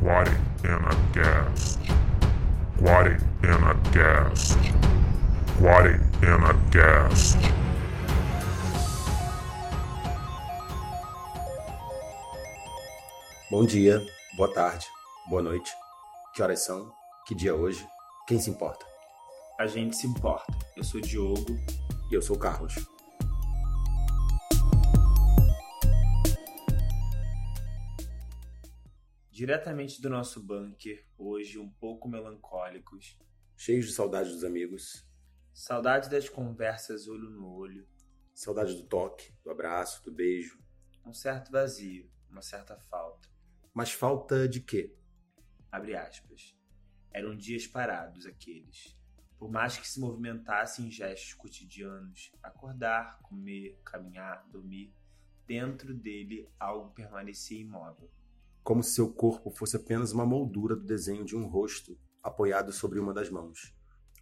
Quarentena Cast. Quarentena Cast. Quarentena Cast. Bom dia, boa tarde, boa noite. Que horas são? Que dia é hoje? Quem se importa? A gente se importa. Eu sou o Diogo. E eu sou o Carlos. Diretamente do nosso bunker, hoje um pouco melancólicos. Cheios de saudade dos amigos, Saudade das conversas olho no olho. saudade do toque, do abraço, do beijo. Um certo vazio, uma certa falta. Mas falta de quê? Abre aspas. Eram dias parados aqueles. Por mais que se movimentassem gestos cotidianos, acordar, comer, caminhar, dormir, dentro dele algo permanecia imóvel. Como se seu corpo fosse apenas uma moldura do desenho de um rosto apoiado sobre uma das mãos,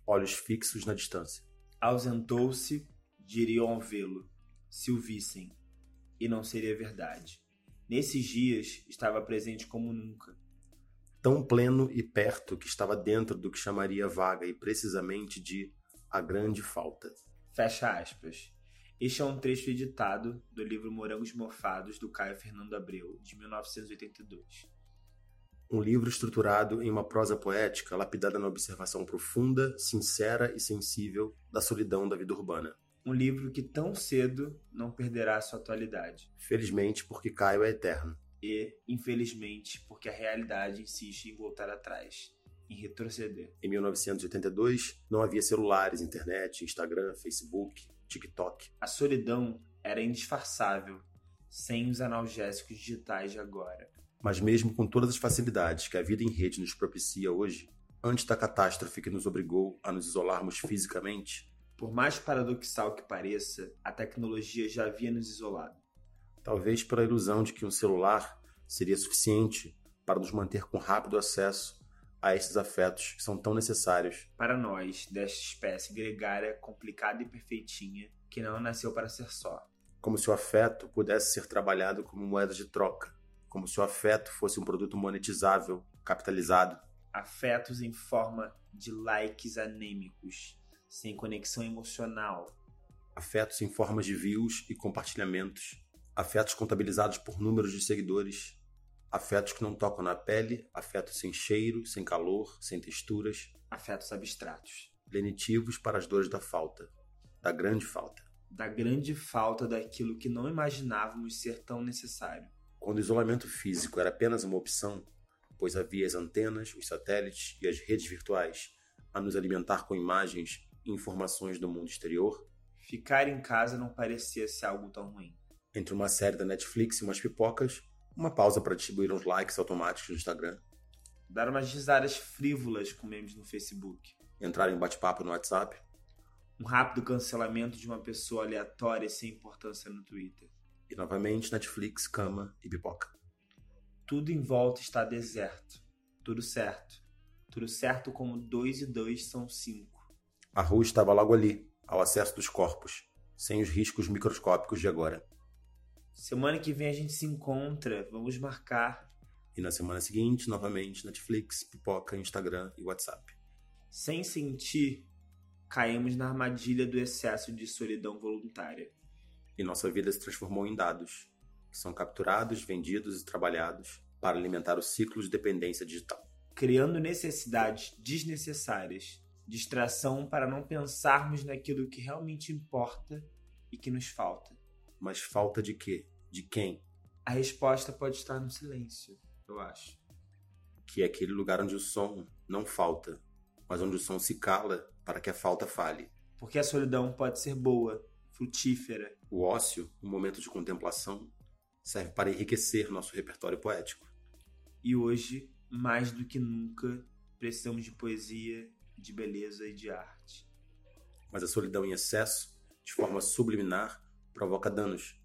olhos fixos na distância. Ausentou-se, diriam ao vê-lo, se o vissem, e não seria verdade. Nesses dias estava presente como nunca. Tão pleno e perto que estava dentro do que chamaria vaga e precisamente de a grande falta. Fecha aspas. Este é um trecho editado do livro Morangos Mofados do Caio Fernando Abreu, de 1982. Um livro estruturado em uma prosa poética lapidada na observação profunda, sincera e sensível da solidão da vida urbana. Um livro que tão cedo não perderá sua atualidade. Felizmente, porque Caio é eterno. E, infelizmente, porque a realidade insiste em voltar atrás, em retroceder. Em 1982, não havia celulares, internet, Instagram, Facebook, TikTok. A solidão era indisfarçável, sem os analgésicos digitais de agora. Mas mesmo com todas as facilidades que a vida em rede nos propicia hoje, antes da catástrofe que nos obrigou a nos isolarmos fisicamente, Por mais paradoxal que pareça, a tecnologia já havia nos isolado. talvez pela ilusão de que um celular seria suficiente para nos manter com rápido acesso a esses afetos que são tão necessários Para nós, desta espécie gregária, complicada e perfeitinha, que não nasceu para ser só. como se o afeto pudesse ser trabalhado como moeda de troca, como se o afeto fosse um produto monetizável, capitalizado. Afetos em forma de likes anêmicos, sem conexão emocional. afetos em formas de views e compartilhamentos, afetos contabilizados por números de seguidores, afetos que não tocam na pele, afetos sem cheiro, sem calor, sem texturas, Afetos abstratos. lenitivos para as dores da falta, da grande falta. Da grande falta daquilo que não imaginávamos ser tão necessário. Quando o isolamento físico era apenas uma opção, pois havia as antenas, os satélites e as redes virtuais a nos alimentar com imagens e informações do mundo exterior, Ficar em casa não parecia ser algo tão ruim. entre uma série da Netflix e umas pipocas, uma pausa para distribuir uns likes automáticos no Instagram, Dar umas risadas frívolas com memes no Facebook. entrar em bate-papo no WhatsApp, Um rápido cancelamento de uma pessoa aleatória e sem importância no Twitter. e novamente Netflix, cama e pipoca. Tudo em volta está deserto. Tudo certo. Tudo certo como dois e dois são cinco. A rua estava logo ali, ao acesso dos corpos, sem os riscos microscópicos de agora. Semana que vem a gente se encontra. Vamos marcar. E na semana seguinte, novamente, Netflix, pipoca, Instagram e WhatsApp. Sem sentir, caímos na armadilha do excesso de solidão voluntária. E nossa vida se transformou em dados, que são capturados, vendidos e trabalhados para alimentar o ciclo de dependência digital. Criando necessidades desnecessárias. Distração para não pensarmos naquilo que realmente importa e que nos falta. Mas falta de quê? De quem? A resposta pode estar no silêncio, eu acho. Que é aquele lugar onde o som não falta, mas onde o som se cala para que a falta fale. Porque a solidão pode ser boa, frutífera, O ócio, um momento de contemplação, serve para enriquecer nosso repertório poético. E hoje, mais do que nunca, precisamos de poesia, de beleza e de arte. Mas a solidão em excesso, de forma subliminar, provoca danos.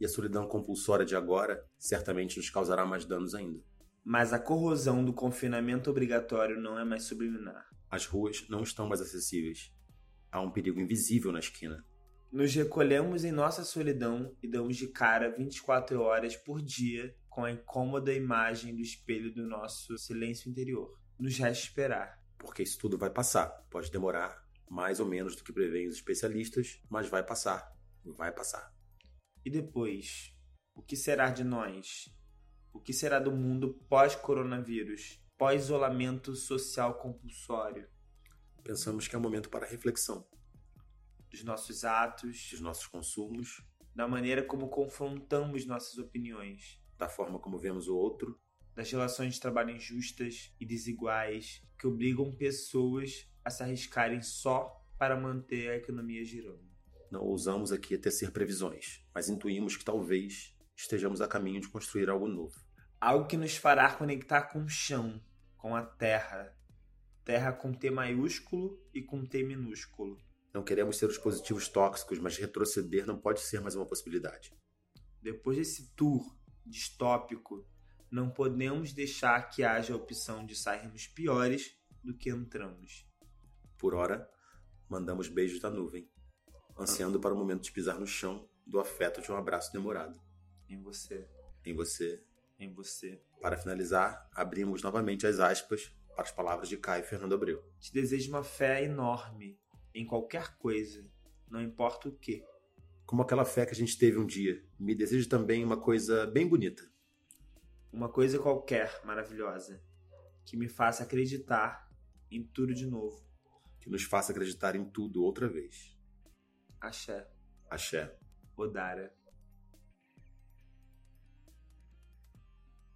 E a solidão compulsória de agora certamente nos causará mais danos ainda. Mas a corrosão do confinamento obrigatório não é mais subliminar. As ruas não estão mais acessíveis. Há um perigo invisível na esquina. Nos recolhemos em nossa solidão e damos de cara 24 horas por dia com a incômoda imagem do espelho do nosso silêncio interior. Nos resta esperar. porque isso tudo vai passar. Pode demorar mais ou menos do que preveem os especialistas, mas vai passar. Vai passar. E depois, o que será de nós? O que será do mundo pós-coronavírus? Pós-isolamento social compulsório? Pensamos que é um momento para reflexão Dos nossos atos, dos nossos consumos, da maneira como confrontamos nossas opiniões, da forma como vemos o outro, das relações de trabalho injustas e desiguais que obrigam pessoas a se arriscarem só para manter a economia girando. Não ousamos aqui tecer previsões, mas intuímos que talvez estejamos a caminho de construir algo novo. Algo que nos fará conectar com o chão, com a terra. Terra com T maiúsculo e com T minúsculo. Não queremos ser os positivos tóxicos, mas retroceder não pode ser mais uma possibilidade. Depois desse tour distópico, não podemos deixar que haja a opção de sairmos piores do que entramos. Por ora, mandamos beijos da nuvem, ansiando para o momento de pisar no chão do afeto de um abraço demorado. Em você, Em você, em você. Para finalizar, abrimos novamente as aspas para as palavras de Caio Fernando Abreu. Te desejo uma fé enorme em qualquer coisa, não importa o que. Como aquela fé que a gente teve um dia, me desejo também uma coisa bem bonita. Uma coisa qualquer maravilhosa que me faça acreditar em tudo de novo. que nos faça acreditar em tudo outra vez. Axé, Axé. Odara.